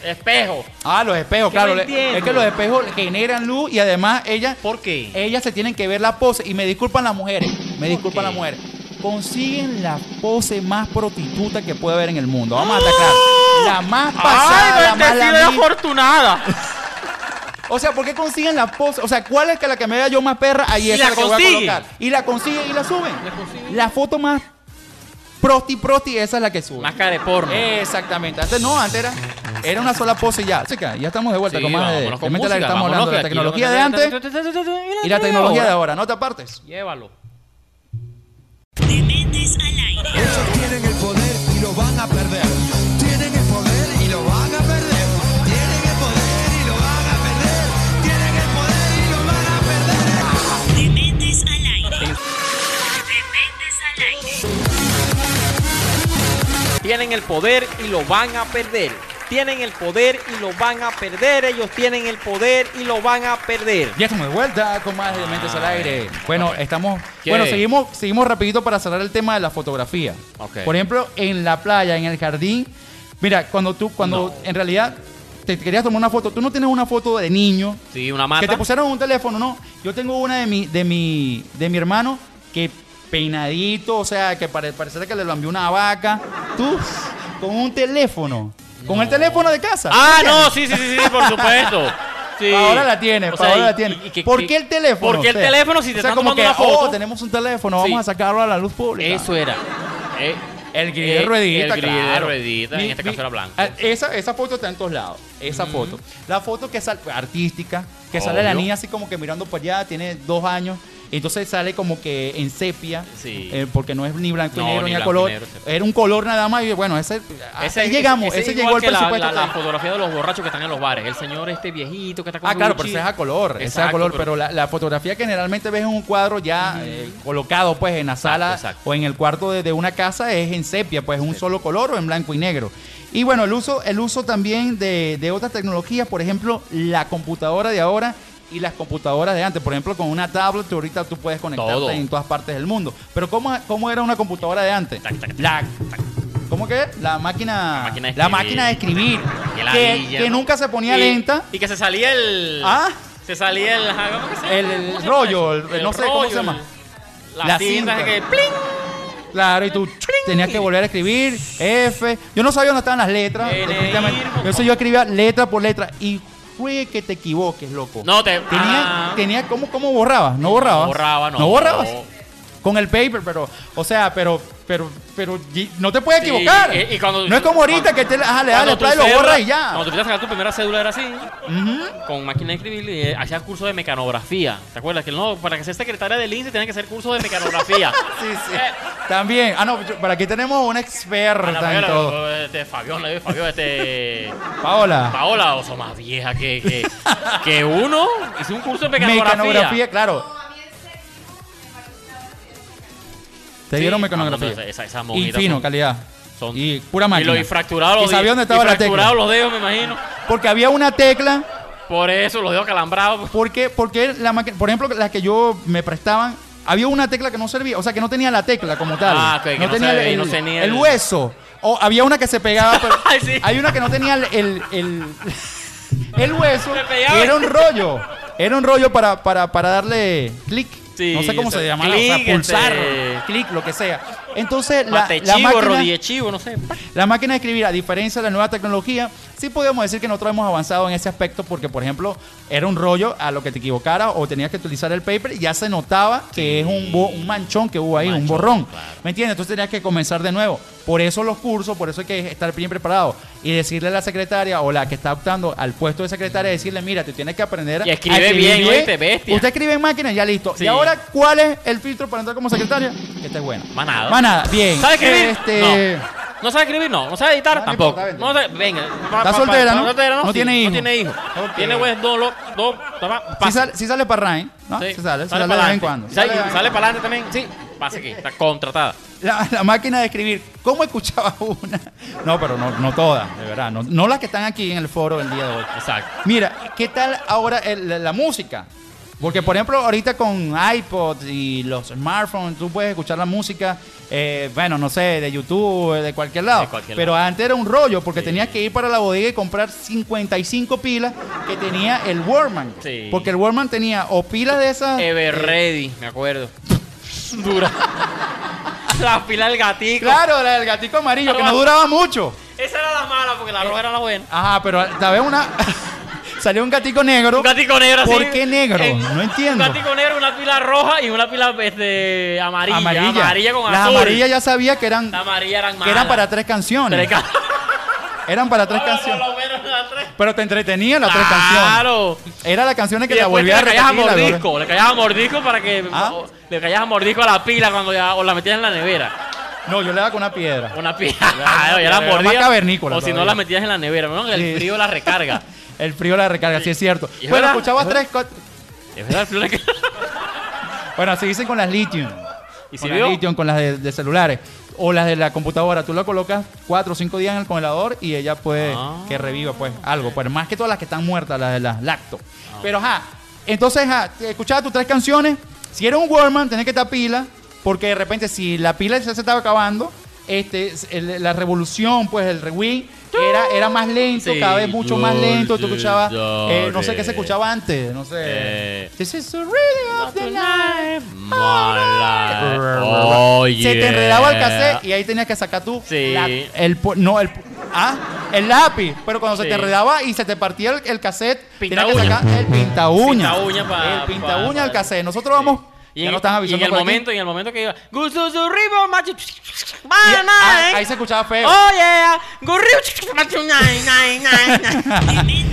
S2: Espejo.
S3: Ah, los espejos,
S2: Que
S3: claro.
S2: no
S3: le-
S2: entiendo.
S3: Es que los espejos generan luz y además ellas,
S2: ¿Por qué?
S3: ellas se tienen que ver la pose. Y me disculpan las mujeres. Me
S2: ¿Por
S3: disculpan
S2: qué?
S3: las mujeres. Consiguen la pose más prostituta que puede haber en el mundo. Vamos a atacar.
S2: ¡Ah!
S3: La más pasada, la más lamí-
S2: afortunada.
S3: O sea, ¿por qué consiguen la pose? O sea, ¿cuál es que la que me vea yo más perra? Ahí
S2: Y
S3: es
S2: la
S3: la, que voy a
S2: consiguen.
S3: colocar. Y la consiguen y la suben.
S2: La consiguen.
S3: La foto más prosti prosti, esa es la que suben.
S2: Máscara de porno.
S3: Exactamente. Antes no, antes era, era una sola pose y ya. Chica, ya estamos de vuelta
S2: Sí,
S3: con más de,
S2: vámonos con
S3: de Métela que
S2: música,
S3: estamos hablando de la
S2: vámonos, que
S3: tecnología
S2: aquí
S3: de
S2: lo que-
S3: antes y la tecnología de ahora. No te apartes.
S2: Llévalo.
S1: Dementes al aire.
S5: Ellos tienen el poder y lo van a perder. Tienen el poder y lo van a perder. Tienen el poder y lo van a perder. Tienen el poder y lo van a perder.
S1: Dementes al aire. Dementes al aire.
S2: Tienen el poder y lo van a perder. Tienen el poder y lo van a perder. Ellos tienen el poder y lo van a perder.
S3: Ya estamos de vuelta con más de Mentes al aire. Bueno, estamos.
S2: Ah, ¿Qué?
S3: Bueno, seguimos, seguimos rapidito para cerrar el tema de la fotografía.
S2: Ok.
S3: Por ejemplo, en la playa, en el jardín. Mira, cuando tú, cuando en realidad te querías tomar una foto, tú no tienes una foto de niño,
S2: Sí, una mata.
S3: Que te pusieron un teléfono, no. Yo tengo una de mi, de mi, de mi hermano que peinadito, o sea, que pare, pareciera que le lo envió una vaca. Tú, con un teléfono. Con el teléfono de casa.
S2: Ah, no, sí, sí, sí, sí, por supuesto. Sí.
S3: Ahora la tiene,
S2: O sea,
S3: ahora
S2: y-
S3: la tiene.
S2: y- y que-
S3: ¿Por
S2: que-
S3: qué el teléfono?
S2: ¿Por qué el
S3: O sea,
S2: teléfono si te
S3: o sea,
S2: están
S3: como
S2: tomando
S3: que,
S2: una foto?
S3: oh, tenemos un teléfono, vamos
S2: Sí.
S3: a sacarlo a la luz pública.
S2: Eso era. Eh,
S3: El grill de
S2: eh,
S3: ruedita,
S2: El grill de
S3: claro.
S2: ruedita,
S3: Mi-
S2: en este
S3: mi-
S2: caso era blanco.
S3: Ah, Esa, esa foto está en todos lados. Esa foto. La foto que sale, artística, que sale la
S2: Obvio.
S3: niña así como que mirando para allá, tiene dos años. Entonces sale como que en sepia,
S2: Sí.
S3: eh, porque no es ni blanco y
S2: No,
S3: negro
S2: ni
S3: ni, a
S2: blanco y
S3: color.
S2: negro, sepia.
S3: Era un color nada más. Y bueno, ese, ese
S2: es-
S3: Ah, llegamos, ese,
S2: es
S3: llegó
S2: igual
S3: el
S2: que la-
S3: presupuesto.
S2: La,
S3: que-
S2: la fotografía de los borrachos que están en los bares. El señor este viejito que está con
S3: Ah, claro, pero
S2: Gucci.
S3: ese es a color, ese es a
S2: Exacto,
S3: color, pero la, la fotografía que generalmente ves en un cuadro ya eh, colocado pues en la sala
S2: exacto.
S3: o en el cuarto de, de una casa es en sepia, pues un solo color o en blanco y negro. Y bueno, el uso, el uso también de, de otras tecnologías, por ejemplo, la computadora de ahora y las computadoras de antes. Por ejemplo, con una tablet tú ahorita tú puedes conectarte
S2: Todo.
S3: en todas partes del mundo. Pero ¿cómo, cómo era una computadora de antes?
S2: Tac, tac, este tac,
S3: la, ¿Cómo que? La máquina, la
S2: máquina
S3: máquina,
S2: de
S3: de escribir.
S2: Qué
S3: Que,
S2: ladilla,
S3: que
S2: ¿no?
S3: nunca se ponía
S2: Y-
S3: lenta.
S2: Y que se salía el.
S3: Ah.
S2: Se salía el. ajá, ¿cómo que se llama?
S3: El- el
S2: ¿Cómo se
S3: rollo,
S2: llama eso?
S3: el- no sé cómo se
S2: rollo,
S3: llama.
S2: el- La,
S3: La
S2: cinta,
S3: cinta.
S2: que. ¡pling!
S3: Claro, y tú tenías que volver a escribir F. Yo no sabía dónde estaban las letras.
S2: N,
S3: definitivamente.
S2: ir,
S3: Yo sé, yo escribía letra por letra. Y friegue que te equivoques, loco.
S2: No te-
S3: Tenía,
S2: ah.
S3: tenía ¿cómo, ¿Cómo borrabas? ¿No borrabas?
S2: borraba, no.
S3: ¿No borrabas?
S2: No.
S3: Con el paper, pero, o sea, pero, pero, pero, y- no te puedes
S2: Sí,
S3: equivocar.
S2: y- y cuando-
S3: no es como ahorita que te, ajá, le das
S2: Cuando
S3: la
S2: tu
S3: play, lo
S2: cédula-
S3: borras y ya.
S2: Cuando te fuiste a sacar tu primera cédula era así,
S3: Ujú.
S2: con máquina de escribir, y eh, hacías curso de mecanografía. ¿Te acuerdas? Que no, para que seas secretaria del INSE tenía que hacer curso de mecanografía.
S3: Sí, sí. También. Ah, no, yo- para aquí tenemos una
S2: Ana
S3: experta en
S2: Paola,
S3: todo.
S2: este Fabián, le digo, Fabián, este.
S3: Paola.
S2: Paola, o son más vieja que, que, que uno. Hice un curso de mecanografía.
S3: Mecanografía, claro. Te
S2: Sí.
S3: dieron
S2: Ah,
S3: mecanografía.
S2: no, pero esa- esas
S3: y
S2: monjitas
S3: fino,
S2: son-
S3: calidad.
S2: Son-
S3: y pura máquina.
S2: Y lo infracturado.
S3: Y sabía dónde estaba la tecla.
S2: los dedos, me imagino.
S3: Porque había una tecla,
S2: Por eso, los dedos calambrados.
S3: porque, porque la maqui- por ejemplo, las que yo me prestaban, había una tecla que no servía, o sea, que no tenía la tecla como tal.
S2: Ah, ok, que no
S3: tenía
S2: se
S3: el,
S2: ve y no tenía
S3: el
S2: el-
S3: hueso. O había una que se pegaba, pero
S2: Ay, sí.
S3: hay una que no tenía el, el, el- el hueso.
S2: Se pegaba.
S3: que Era un rollo. Era un rollo para, para, para darle clic.
S2: Sí,
S3: no sé cómo
S2: ese-
S3: se llamaba, o
S2: clic,
S3: sea, pulsar,
S2: este-
S3: clic, lo que sea. Entonces, la,
S2: Mate
S3: la
S2: chivo,
S3: máquina-
S2: rodilla chivo, no sé.
S3: la máquina de escribir, a diferencia de la nueva tecnología, sí podemos decir que nosotros hemos avanzado en ese aspecto porque, por ejemplo, era un rollo a lo que te equivocara o tenías que utilizar el paper y ya se notaba que es un, bo- un manchón que hubo ahí, un
S2: Manchón,
S3: borrón.
S2: claro.
S3: ¿Me entiendes? Entonces tenías que comenzar de nuevo. Por eso los cursos, por eso hay que estar bien preparado y decirle a la secretaria o la que está optando al puesto de secretaria, decirle, mira, tú tienes que aprender
S2: Y escribe bien, oíste, bestia.
S3: Usted escribe en máquina, ya listo.
S2: Sí.
S3: Y ahora, ¿cuál es el filtro para entrar como secretaria? Que esté bueno.
S2: Más nada.
S3: Manada, bien.
S2: ¿Sabe escribir?
S3: Eh, Este...
S2: No. ¿No sabe escribir? No. ¿No sabe editar?
S3: No, no
S2: Tampoco.
S3: importa, vente.
S2: No sabe- Venga. Pa- pa-
S3: soltera,
S2: pa-
S3: ¿no?
S2: soltera,
S3: No
S2: sí,
S3: tiene hijo.
S2: No tiene hijo.
S3: Ok.
S2: Tiene pues dos... lo- dos toma,
S3: Si
S2: pase.
S3: sale, sí sale para Ryan, ¿no?
S2: Sí,
S3: Sí Ah, sale, sale, de
S2: sale para
S3: vez en
S2: adelante.
S3: cuando.
S2: Sale,
S3: Sale de vez en
S2: para adelante también. Sí. Pasa aquí. Está contratada.
S3: La, la máquina de escribir, ¿cómo escuchaba una? No, pero no, no todas, de verdad. No, no las que están aquí en el foro el día de hoy.
S2: Exacto.
S3: Mira, ¿qué tal ahora el- la, la música? Porque, por ejemplo, ahorita con iPod y los smartphones, tú puedes escuchar la música, eh, bueno, no sé, de YouTube, de cualquier lado.
S2: De cualquier
S3: Pero antes era un rollo, porque tenías que ir para la bodega y comprar 55 pilas que tenía el Warman.
S2: Sí. E
S3: Porque el Warman tenía o pilas de esas...
S2: Ever Ready, me acuerdo. Dura. la pila del gatico.
S3: Claro, la del gatico amarillo, que no duraba mucho.
S2: Esa era la mala porque la roja era la buena.
S3: Ajá, pero vez una. Salió un gatico negro.
S2: Un gatico negro así.
S3: ¿Por qué negro?
S2: Eh,
S3: No entiendo.
S2: Un gatico negro, una pila roja y una pila este, amarilla. Amarilla. con
S3: Las
S2: azul.
S3: amarillas ya sabía que eran,
S2: Las amarillas eran
S3: que
S2: malas.
S3: eran para tres canciones.
S2: Tres ca-
S3: eran para tres
S2: Ahora
S3: canciones.
S2: por lo menos las tres.
S3: Pero te entretenía las tres canciones.
S2: Claro.
S3: Era la canción que la
S2: Y después
S3: volvía a
S2: le caías a
S3: repetir. la volvía-
S2: mordisco. Le caías a mordisco para que.
S3: Ah.
S2: o- le caías a mordisco a la pila cuando ya. O la metías en la nevera.
S3: No, yo le daba con una piedra.
S2: Una pila. Ya,
S3: era
S2: la
S3: más
S2: mordías.
S3: cavernícola
S2: O si no
S3: todavía.
S2: la metías en la nevera. ¿no? El
S3: Sí.
S2: frío la recarga.
S3: El frío la recarga, sí es cierto.
S2: Y es
S3: Bueno,
S2: verdad,
S3: escuchabas
S2: es verdad.
S3: tres. cuatro-
S2: es verdad, el frío la recarga.
S3: Bueno, así dicen con las lithium.
S2: ¿Y
S3: con
S2: sirvió?
S3: las lithium, con las de, de celulares. O las de la computadora. Tú la colocas cuatro o cinco días en el congelador y ella puede
S2: Ah.
S3: que reviva, pues, algo. Pero más que todas las que están muertas, las de las lacto.
S2: Ah.
S3: Pero, ajá. Entonces, ajá, te escuchabas tus tres canciones. Si eres un Warman, tenés que estar pila. Porque de repente, si la pila ya se estaba acabando, este, el- la revolución, pues, el rewind, era, era más lento,
S2: Sí.
S3: cada vez mucho más lento. Tú escuchabas, eh, no sé qué
S2: Dulce.
S3: se escuchaba antes, no sé.
S2: Eh.
S3: This is the rhythm of the night.
S2: Mala. Oye.
S3: Se te enredaba el cassette y ahí tenías que sacar tú
S2: Sí.
S3: la- el po- no el ah, el lápiz, pero cuando se
S2: Sí.
S3: te enredaba y se te partía el, el cassette,
S2: Pinta
S3: tenías que
S2: uña.
S3: sacar el pinta uña.
S2: Pinta uña pa-
S3: el pinta
S2: pa-
S3: uña al
S2: pa-
S3: cassette. Nosotros vamos
S2: Y
S3: ya
S2: en,
S3: nos están
S2: y en
S3: avisando
S2: el
S3: por aquí.
S2: momento, y en el momento que iba. Gusuzu ribo macho.
S3: Y-
S2: Mana,
S3: ah,
S2: eh.
S3: ahí se escuchaba feo.
S2: Oh yeah. Gurriu macho. Nai, nai, nai, nai.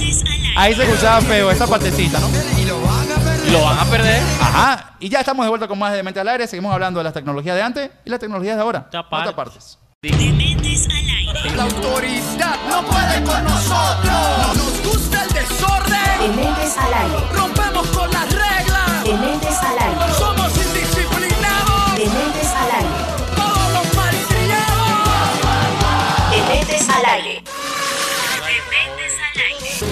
S3: Ahí se escuchaba feo esa partecita, ¿no?
S5: Y lo van a perder.
S2: Lo van a perder.
S3: Ajá. Y ya estamos de vuelta con más de Mente al Aire. Seguimos hablando de las tecnologías de antes y las tecnologías de ahora.
S2: Ya
S3: No te
S2: partes.
S3: apartes.
S5: La autoridad no puede con nosotros. Nos gusta el desorden.
S1: Dementes al aire.
S5: Rompemos con las reglas.
S1: Dementes al aire.
S5: Somos indisciplinados.
S1: Dementes al aire.
S5: Todos los malcriados.
S1: Dementes al aire. Dementes al aire.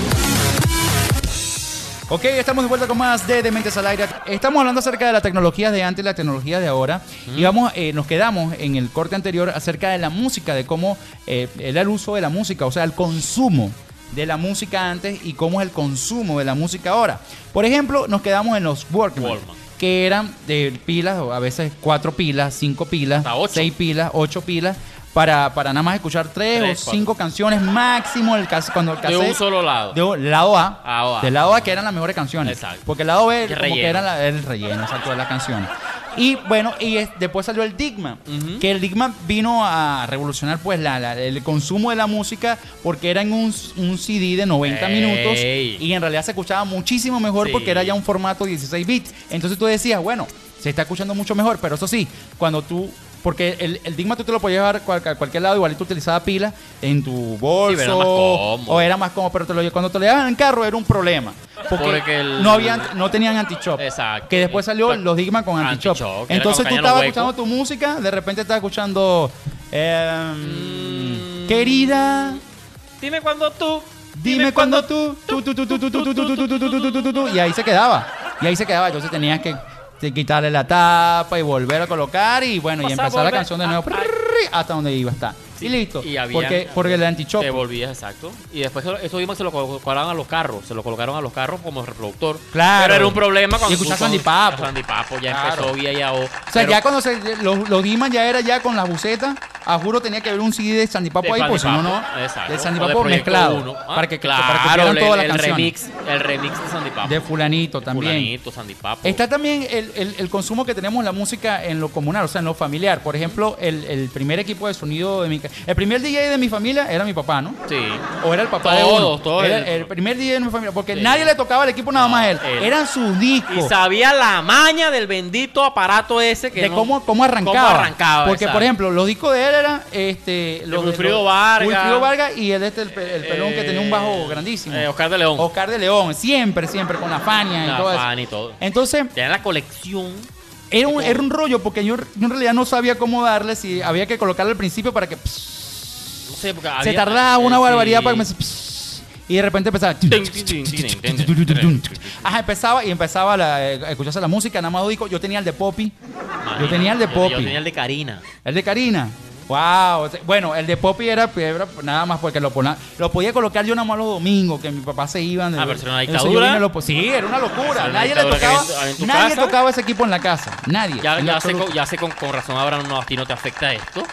S3: Ok, estamos de vuelta con más de Dementes al Aire. Estamos hablando acerca de las tecnologías de antes y las tecnologías de ahora. Y vamos, eh, nos quedamos en el corte anterior acerca de la música, de cómo eh, era el uso de la música, o sea, el consumo de la música antes y cómo es el consumo de la música ahora. Por ejemplo, nos quedamos en los Walkman,
S2: Walkman.
S3: que eran de pilas, o a veces cuatro pilas, cinco pilas,
S2: Hasta ocho.
S3: seis pilas, ocho pilas. para, para nada más escuchar tres,
S2: Tres,
S3: o
S2: cuatro.
S3: cinco canciones máximo el cas- cuando el
S2: De
S3: cassette,
S2: un solo lado.
S3: de un- lado A,
S2: Ah, va.
S3: del lado A que eran las mejores canciones.
S2: Exacto.
S3: Porque el lado B
S2: Que
S3: como que
S2: relleno.
S3: era la- el relleno, exacto, de las canciones. Y bueno, y es- después salió el Digma, que el Digma vino a revolucionar pues la, la- el consumo de la música porque era en un, un CD de 90 minutos
S2: Ey.
S3: y en realidad se escuchaba muchísimo mejor
S2: Sí.
S3: porque era ya un formato 16 bits. Entonces tú decías, bueno, se está escuchando mucho mejor, pero eso sí, cuando tú... Porque el, el Digma tú te lo podías llevar cual- a cualquier lado, igualito utilizaba pilas en tu bolso.
S2: pero era más cómodo.
S3: O era más cómodo, pero te lo, cuando te lo llevaban en carro era un problema. Porque,
S2: Porque el-
S3: no, habían, no tenían anti-chop.
S2: Exacto.
S3: Que después salió los Digma con anti-chop.
S2: Anti-chop, que era
S3: Entonces
S2: cuando
S3: tú
S2: caían los
S3: estabas
S2: huecos.
S3: escuchando tu música, de repente estabas escuchando... eh,
S2: Mm.
S3: Querida...
S2: Dime cuando tú.
S3: Dime cuando tú, tú, tú, tú, tú, tú, tú, tú, tú, tú, tú, tú, tú, tú, tú, tú, tú, y ahí se quedaba. Y ahí se quedaba. Entonces tenías que te- quitarle la tapa y volver a colocar y bueno, y
S2: Pasaba
S3: empezar la
S2: volver
S3: canción de nuevo
S2: a- a-
S3: prrrr, hasta donde iba a estar.
S2: Sí,
S3: Y listo.
S2: y había-
S3: Porque porque el anti-chop.
S2: Te volvías, exacto. Y después eso- eso mismo se lo colocaron a los carros. Se lo colocaron a los carros como reproductor.
S3: Claro.
S2: Pero era un problema
S3: Y
S2: cuando.
S3: escuchas
S2: tú-
S3: Sandy Papo.
S2: Sandy Papo ya
S3: Claro.
S2: empezó Guía y O.
S3: O sea, ya cuando se, los, los Dimas ya era ya con las bucetas, a juro tenía que haber un CD de Sandy Papo
S2: De
S3: ahí,
S2: Sandy
S3: pues si no, no.
S2: Papo, Exacto.
S3: De Sandy
S2: O de
S3: Papo
S2: Proyecto
S3: mezclado.
S2: Uno. Ah,
S3: Para que,
S2: claro,
S3: para que cupieran todas
S2: el,
S3: las
S2: el
S3: canciones.
S2: remix, el remix de Sandy Papo.
S3: De Fulanito también.
S2: Fulanito, Sandy Papo.
S3: Está también el, el- el consumo que tenemos la música en lo comunal, o sea, en lo familiar. Por ejemplo, el, el primer equipo de sonido de mi ca- El primer DJ de mi familia era mi papá, ¿no?
S2: Sí.
S3: O era el papá de
S2: Todos,
S3: uno.
S2: todos.
S3: Era el primer DJ de mi familia. Porque
S2: Sí.
S3: nadie le tocaba al equipo nada más a él.
S2: él.
S3: Eran sus
S2: Y
S3: discos.
S2: sabía la maña del bendito aparato ese que
S3: Oh. de
S2: no-
S3: cómo, cómo arrancaba.
S2: cómo arrancaba,
S3: Porque,
S2: exacto.
S3: por ejemplo, los discos de él eran este, los
S2: Wilfrido
S3: los-
S2: Vargas.
S3: Wilfrido Vargas y el, de este, el, pe- el pelón que tenía un bajo
S2: Eh,
S3: grandísimo.
S2: eh, Oscar de León.
S3: Oscar de León, siempre, siempre, con la Fania
S2: La
S3: y todo eso.
S2: Fania y todo.
S3: Entonces,
S2: Tenía la colección.
S3: Era un, era un rollo porque yo, yo en realidad no sabía cómo darle si había que colocarle al principio para que pss,
S2: No sé, porque
S3: se
S2: había-
S3: tardaba una
S2: eh,
S3: barbaridad
S2: sí.
S3: para que me pss, y de repente empezaba
S2: tin, tin, tin, tin, tin.
S3: Ajá, empezaba y empezaba la, eh, a escucharse la música, nada más dijo, yo tenía el de Poppy, yo tenía el de
S2: Yo- Yo
S3: Poppy,
S2: tenía el de Karina.
S3: el de Karina. Wow, bueno, el de Poppy era, era nada más porque lo ponía, lo podía colocar yo nada más los domingos, que mi papá se iba.
S2: Ah, pero era una
S3: Entonces yo
S2: dictadura.
S3: vine y lo po- sí, era una locura.
S2: Era una
S3: nadie le
S2: dictadura que
S3: tocaba,
S2: había en tu
S3: nadie
S2: casa.
S3: tocaba ese equipo en la casa. Nadie.
S2: Ya,
S3: en lo
S2: ya sé,
S3: absoluto.
S2: co- ya sé con, con razón ahora no, a ti no te afecta esto.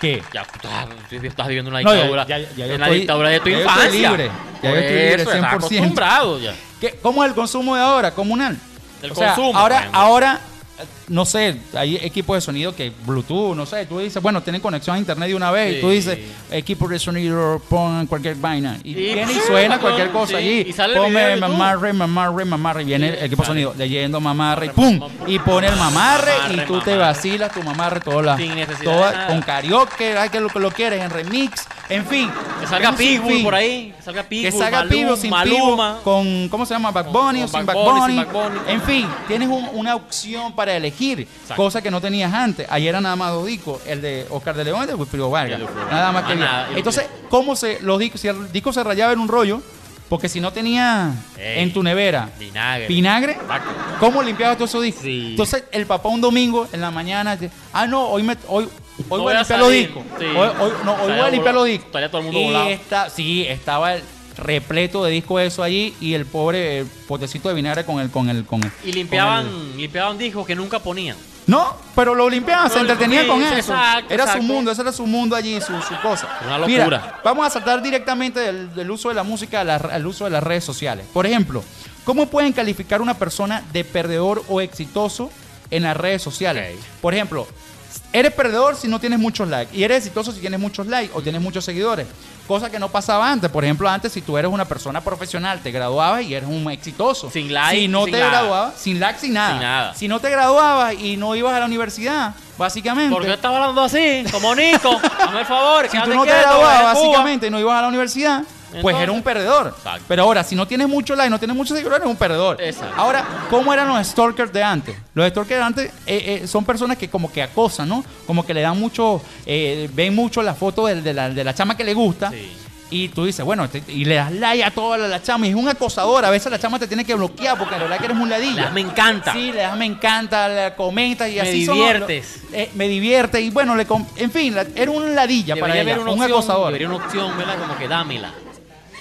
S3: ¿Qué?
S2: Ya tú estás, tú estás viviendo una
S3: No, ya-
S2: dictadura.
S3: ya- ya- ya yo
S2: en la
S3: estoy-
S2: dictadura de tu
S3: ya yo estoy
S2: infancia.
S3: libre. Ya yo
S2: Por
S3: estoy libre,
S2: eso, estás
S3: 100%.
S2: acostumbrado ya.
S3: ¿Qué- ¿Cómo es el consumo de ahora? Comunal.
S2: El
S3: O sea,
S2: consumo,
S3: Ahora,
S2: bueno.
S3: ahora, eh, no sé, hay equipos de sonido que Bluetooth, no sé, tú dices, bueno, tienen conexión a internet de una vez y tú
S2: Sí.
S3: dices, equipo de sonido, pon cualquier vaina. Y,
S2: Y-
S3: viene y suena
S2: sí,
S3: cualquier cosa
S2: sí,
S3: allí.
S2: y sale el video
S3: Ponme
S2: de YouTube.
S3: mamarre, mamarre, mamarre. y Viene el equipo de
S2: sale.
S3: sonido leyendo mamarre, y ¡pum! Y pone el mamarre y
S2: Mamarre,
S3: tú te
S2: mamarre.
S3: vacilas tu mamarre toda la.
S2: Sin necesidad
S3: toda-
S2: de nada.
S3: con karaoke, hay que lo que lo quieres, en remix, en fin.
S2: Que salga
S3: Es un
S2: Pitbull
S3: sinfín.
S2: por ahí. Que salga Pitbull,
S3: Que salga
S2: Maluma,
S3: Pivo sin
S2: Maluma.
S3: Pivo, con, ¿cómo se llama? Back
S2: Con-
S3: Bunny o
S2: con
S3: sin Back
S2: Bad Bunny,
S3: Bunny.
S2: sin Bad Bunny.
S3: En fin, tienes un- una opción para elegir,
S2: Exacto.
S3: cosa que no tenías antes. Ayer era nada más dos discos, el de Oscar de León y el de Wilfrido Vargas.
S2: Y el de Wilfrido Vargas.
S3: Nada más que
S2: Más
S3: bien.
S2: nada, y lo
S3: Entonces, ¿cómo se los discos? Si el disco se rayaba en un rollo, porque si no tenías
S2: Ey,
S3: en tu nevera
S2: Vinagre.
S3: vinagre,
S2: Exacto.
S3: ¿cómo limpiabas todos esos discos?
S2: Sí.
S3: Entonces, el papá un domingo en la mañana, dice, ah, no, hoy me. Hoy, Hoy voy
S2: No voy
S3: a
S2: a
S3: limpiar
S2: salir.
S3: los discos.
S2: Sí.
S3: Hoy, hoy- no, hoy
S2: Estaría
S3: voy a limpiar
S2: volado.
S3: los discos.
S2: Estaría todo el mundo
S3: Y
S2: volado.
S3: está- sí, estaba el- repleto de discos eso allí y el pobre eh, potecito de vinagre con el con el con el-
S2: Y
S3: con el-
S2: limpiaban, limpiaban discos que nunca ponían.
S3: no, pero lo limpiaban, se
S2: Pero lo
S3: entretenían con eso.
S2: limpiaban, exacto,
S3: era
S2: exacto.
S3: su mundo, ese era su mundo allí, su, su cosa.
S2: Una locura.
S3: Mira, vamos a saltar directamente del, del uso de la música a la- al uso de las redes sociales. Por ejemplo, ¿cómo pueden calificar una persona de perdedor o exitoso en las redes sociales?
S2: Ok.
S3: Por ejemplo, eres perdedor si no tienes muchos likes y eres exitoso si tienes muchos likes o tienes muchos seguidores. Cosa que no pasaba antes. Por ejemplo, antes si tú eres una persona profesional, te graduabas y eres un exitoso.
S2: Sin like,
S3: Si no
S2: sin
S3: te
S2: nada.
S3: graduabas, sin like, sin nada.
S2: Sin nada.
S3: Si no te graduabas y no ibas a la universidad, básicamente.
S2: ¿Por qué estás hablando así? Como Nico. Hazme el favor.
S3: si
S2: quédate
S3: tú no te
S2: quieto,
S3: graduabas,
S2: eres Cuba.
S3: básicamente, y no ibas a la universidad, pues
S2: Entonces-
S3: era un perdedor.
S2: Exacto.
S3: Pero ahora, si no tienes mucho like, no tienes muchos seguidores, eres un perdedor.
S2: Exacto.
S3: Ahora, ¿cómo eran los stalkers de antes? Los stalkers de antes eh, eh, son personas que como que acosan, ¿no? Como que le dan mucho, eh, ven mucho la foto del- de, la, de la chama que le gusta.
S2: Sí.
S3: Y tú dices, bueno, te- y le das like a toda la, la chama. Y es un acosador. A veces la chama te tiene que bloquear porque en realidad que eres un ladilla.
S2: Le das me encanta.
S3: Sí, le das me encanta, le comentas y
S2: Me
S3: así son los-
S2: diviertes.
S3: eh, me divierte y bueno, le com- en fin, la- era un ladilla para
S2: Debería
S3: ella,
S2: haber una
S3: un
S2: opción,
S3: acosador.
S2: Debería una opción, ¿verdad? Como que dámela.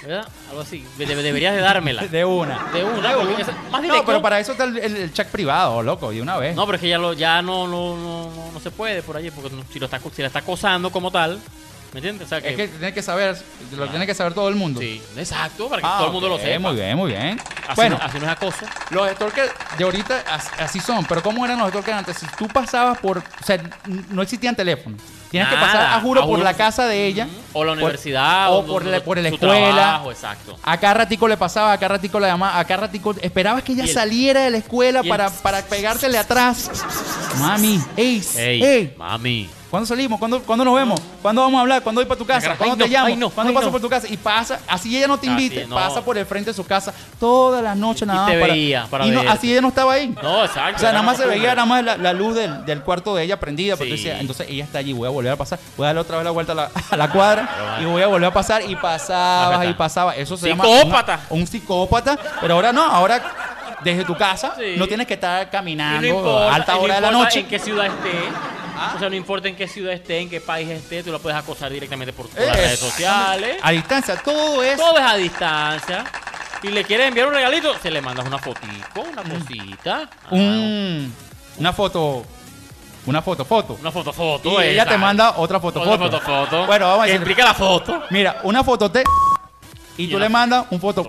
S2: ¿Verdad? Algo así. De- de- deberías de dármela.
S3: De una.
S2: De una. porque esa- más directo.
S3: No, pero para eso está el, el- el chat privado, loco, de una vez.
S2: No, pero es que ya, lo, ya no, no, no, no, no se puede por allí, porque no- si, lo está, co- si la está acosando como tal, ¿me entiendes? O sea, que,
S3: es que tiene que saber, lo tiene que saber todo el mundo.
S2: eh, Sí, exacto, para que
S3: Ah,
S2: todo el mundo
S3: ok,
S2: lo sepa.
S3: Muy bien, muy bien.
S2: Así,
S3: bueno,
S2: no, así no es acoso.
S3: los stalkers de ahorita as- así son, pero ¿cómo eran los stalkers antes? Si tú pasabas por. O sea, n- no existían teléfonos. Tienes que
S2: Nada,
S3: pasar, a juro,
S2: a
S3: por
S2: juro.
S3: la casa de ella.
S2: O la
S3: por-
S2: universidad.
S3: o
S2: donde-
S3: por la,
S2: donde-
S3: por la
S2: su
S3: escuela.
S2: trabajo, exacto.
S3: Acá ratico le pasaba, acá ratico la llamaba, acá ratico esperabas que ella
S2: Y el-
S3: saliera de la escuela
S2: y el-
S3: para, para pegártele atrás. Mami, ey,
S2: Ey,
S3: ey,
S2: mami.
S3: ¿Cuándo salimos? ¿Cuándo, cuándo nos vemos? ¿Cuándo vamos a hablar? ¿Cuándo voy para tu casa?
S2: Ay,
S3: ¿Cuándo
S2: no,
S3: te llamo?
S2: ay, no,
S3: ¿Cuándo
S2: ay,
S3: paso
S2: no.
S3: por tu casa? Y pasa, así ella no te
S2: Así,
S3: invite,
S2: no.
S3: pasa por el frente de su casa todas las noches nada
S2: te
S3: más
S2: veía para
S3: y no,
S2: verte.
S3: así ella no estaba ahí.
S2: No, exacto.
S3: O sea,
S2: era
S3: nada más se
S2: costumbre.
S3: veía nada más la, la luz del, del cuarto de ella prendida. pero tú
S2: Sí.
S3: decías, entonces ella está allí, voy a volver a pasar. Voy a darle otra vez la vuelta a la, a la cuadra y voy a volver a pasar. Y
S2: Ajá,
S3: pasabas y
S2: Ah, está.
S3: pasaba. Eso se
S2: Psicópata.
S3: llama. una- Un psicópata. Pero ahora no, ahora. Desde tu casa,
S2: Sí.
S3: no tienes que estar
S2: Y
S3: caminando
S2: no importa,
S3: a alta
S2: y no
S3: hora de la
S2: importa
S3: noche. Ah.
S2: en qué ciudad esté. O sea, no importa en qué ciudad esté, en qué país esté, tú la puedes acosar directamente por por las
S3: Eh,
S2: redes sociales.
S3: A distancia, todo es.
S2: Todo es a distancia. Y le quieres enviar un regalito, se le mandas una fotico, una cosita. Ah,
S3: Mm. un- una foto. Una foto, foto.
S2: Ah, Una foto,
S3: Y
S2: foto.
S3: ella
S2: exacto.
S3: te manda otra foto,
S2: Otra
S3: foto.
S2: foto, foto.
S3: Bueno, vamos a
S2: Que
S3: decir.
S2: Explica la foto.
S3: Mira, una foto te. Y
S2: Y
S3: tú
S2: una
S3: le mandas un foto.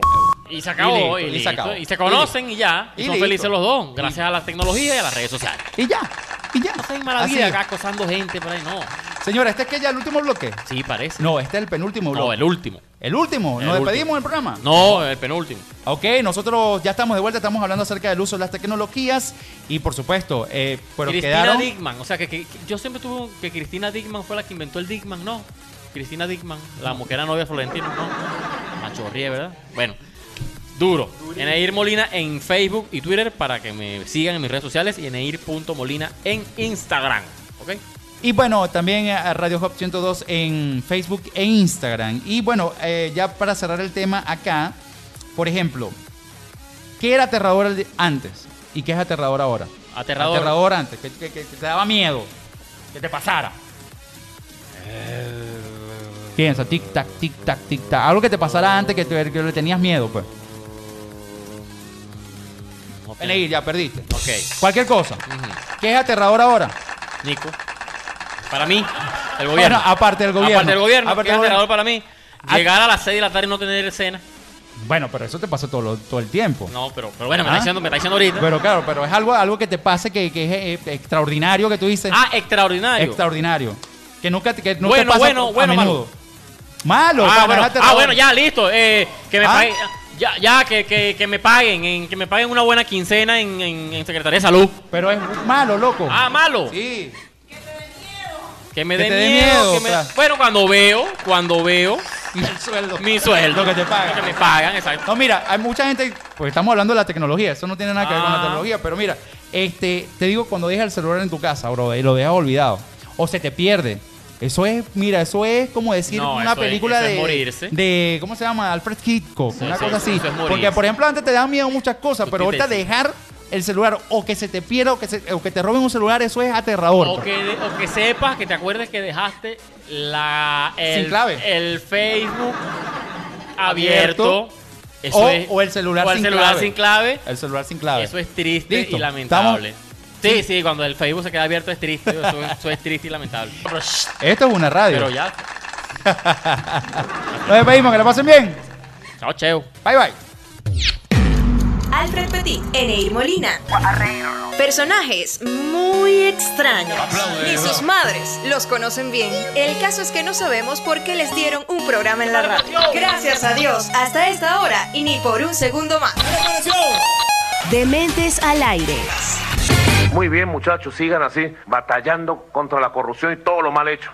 S2: Y se acabó.
S3: Y
S2: Y,
S3: listo, y se
S2: listo.
S3: acabó.
S2: Y se conocen y, ya. Y,
S3: Y
S2: son
S3: listo.
S2: felices los dos, gracias a la tecnología y a las redes sociales.
S3: Y ya. Y ya.
S2: No hacen mala
S3: Así
S2: vida
S3: es.
S2: acá acosando gente por ahí, no.
S3: Señora, ¿este es que ya el último bloque?
S2: Sí, parece.
S3: No, este es el penúltimo bloque.
S2: No,
S3: el,
S2: el último.
S3: último.
S2: el
S3: Nos
S2: último.
S3: despedimos del programa.
S2: No, el penúltimo.
S3: Ok, nosotros ya estamos de vuelta, estamos hablando acerca del uso de las tecnologías y por supuesto, eh, pero
S2: Cristina
S3: quedaron...
S2: Dickman. O sea, que, que- que yo siempre tuve un- que Cristina Dickman fue la que inventó el Dickman, ¿no? Cristina Dickman, la mujer era novia de Florentino, ¿no? Machorrie, ¿verdad? Bueno, duro. Eneir Molina en Facebook y Twitter para que me sigan en mis redes sociales y Eneir.molina en Instagram. ¿Ok?
S3: Y bueno, también a Radio Hop 102 en Facebook e Instagram. Y bueno, eh, ya para cerrar el tema acá, por ejemplo, ¿qué era aterrador al- antes? ¿Y qué es aterrador ahora?
S2: Aterrador.
S3: Aterrador antes, que, que- que te daba miedo, que te pasara. Piensa, tic-tac, tic-tac, tic-tac. Algo que te pasara antes que, te- que le tenías miedo, pues.
S2: Ok.
S3: Eneir, ya perdiste.
S2: Ok.
S3: Cualquier cosa.
S2: Ujú.
S3: ¿Qué es aterrador ahora?
S2: Nico. Para mí, el gobierno.
S3: Bueno, aparte del gobierno.
S2: Aparte del gobierno,
S3: Aparte
S2: que es
S3: del gobierno. Ah.
S2: aterrador para mí. Llegar a las 6 de la tarde y no tener cena.
S3: Bueno, pero eso te pasa todo, lo- todo el tiempo.
S2: No, pero, pero bueno, me,
S3: Ah.
S2: está diciendo, me está diciendo ahorita.
S3: Pero claro, pero es algo, algo que te pase que, que es eh, extraordinario que tú dices.
S2: ah, extraordinario.
S3: extraordinario. Que nunca, te- que no te
S2: Bueno,
S3: pasa
S2: bueno,
S3: a
S2: bueno,
S3: menudo. Malo.
S2: ah,
S3: pana,
S2: bueno,
S3: déjate
S2: ah,
S3: robar.
S2: bueno, ya, listo. Eh, que me
S3: Ah.
S2: paguen, ya, ya que, que, que me paguen, en- que me paguen una buena quincena en, en- en Secretaría de Salud.
S3: Pero es malo, loco.
S2: Ah, malo.
S3: Sí.
S2: Que me
S3: Que
S2: den
S3: te dé
S2: miedo.
S3: miedo,
S2: que me-
S3: claro.
S2: Bueno, cuando veo, cuando veo
S3: El sueldo.
S2: mi sueldo.
S3: Lo que te pagan.
S2: Lo que me pagan, exacto.
S3: No, mira, hay mucha gente, porque estamos hablando de la tecnología, eso no tiene nada que ver con la
S2: Ah.
S3: tecnología, pero mira, este, te digo, cuando dejas el celular en tu casa, bro, y lo dejas olvidado, o se te pierde. Eso es, mira, eso es como decir
S2: No,
S3: una
S2: eso es-
S3: película
S2: eso es
S3: de,
S2: morirse.
S3: de, ¿cómo se llama? Alfred Hitchcock,
S2: Sí,
S3: una
S2: sí,
S3: cosa
S2: eso-
S3: así.
S2: eso es morirse.
S3: Porque, por ejemplo, antes te daban miedo muchas cosas,
S2: Tú
S3: pero
S2: te-
S3: ahorita
S2: te-
S3: dejar el celular o que se te pierda o que, se- o que te roben un celular, eso es aterrador.
S2: O
S3: bro.
S2: que, de- o que sepas, que te acuerdes que dejaste la, el,
S3: Sin clave.
S2: el Facebook
S3: Abierto.
S2: abierto. Eso
S3: O-
S2: es-
S3: o el celular
S2: o el
S3: sin
S2: celular
S3: clave.
S2: sin clave.
S3: El celular sin clave.
S2: Eso es triste
S3: Listo.
S2: y lamentable. Sí, sí, cuando el Facebook se queda abierto es triste. Eso, eso es triste y lamentable. Pero, shh,
S3: Esto es una radio.
S2: pero ya.
S3: Nos despedimos, que la pasen bien.
S2: Chao, cheo.
S3: Bye, bye.
S1: Alfred Petit, Eneir Molina. Personajes muy extraños. Ni sus madres los conocen bien. El caso es que no sabemos por qué les dieron un programa en la radio. Gracias a Dios, hasta esta hora y ni por un segundo más. Dementes al aire.
S6: Muy bien, muchachos, sigan así, batallando contra la corrupción y todo lo mal hecho.